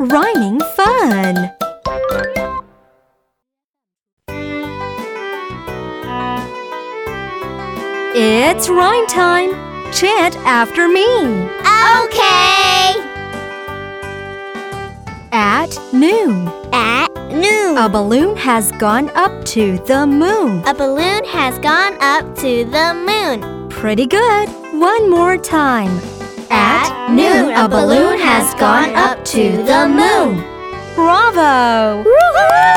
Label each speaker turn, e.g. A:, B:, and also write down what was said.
A: Rhyming fun! It's rhyme time! Chant after me!
B: Okay.
A: At noon,
B: At noon,
A: a balloon has gone up to the moon.
B: a balloon has gone up to the moon.
A: Pretty good! One more time.
B: At noon, a balloon has gone up to the moon.
A: Bravo!
B: Woohoo!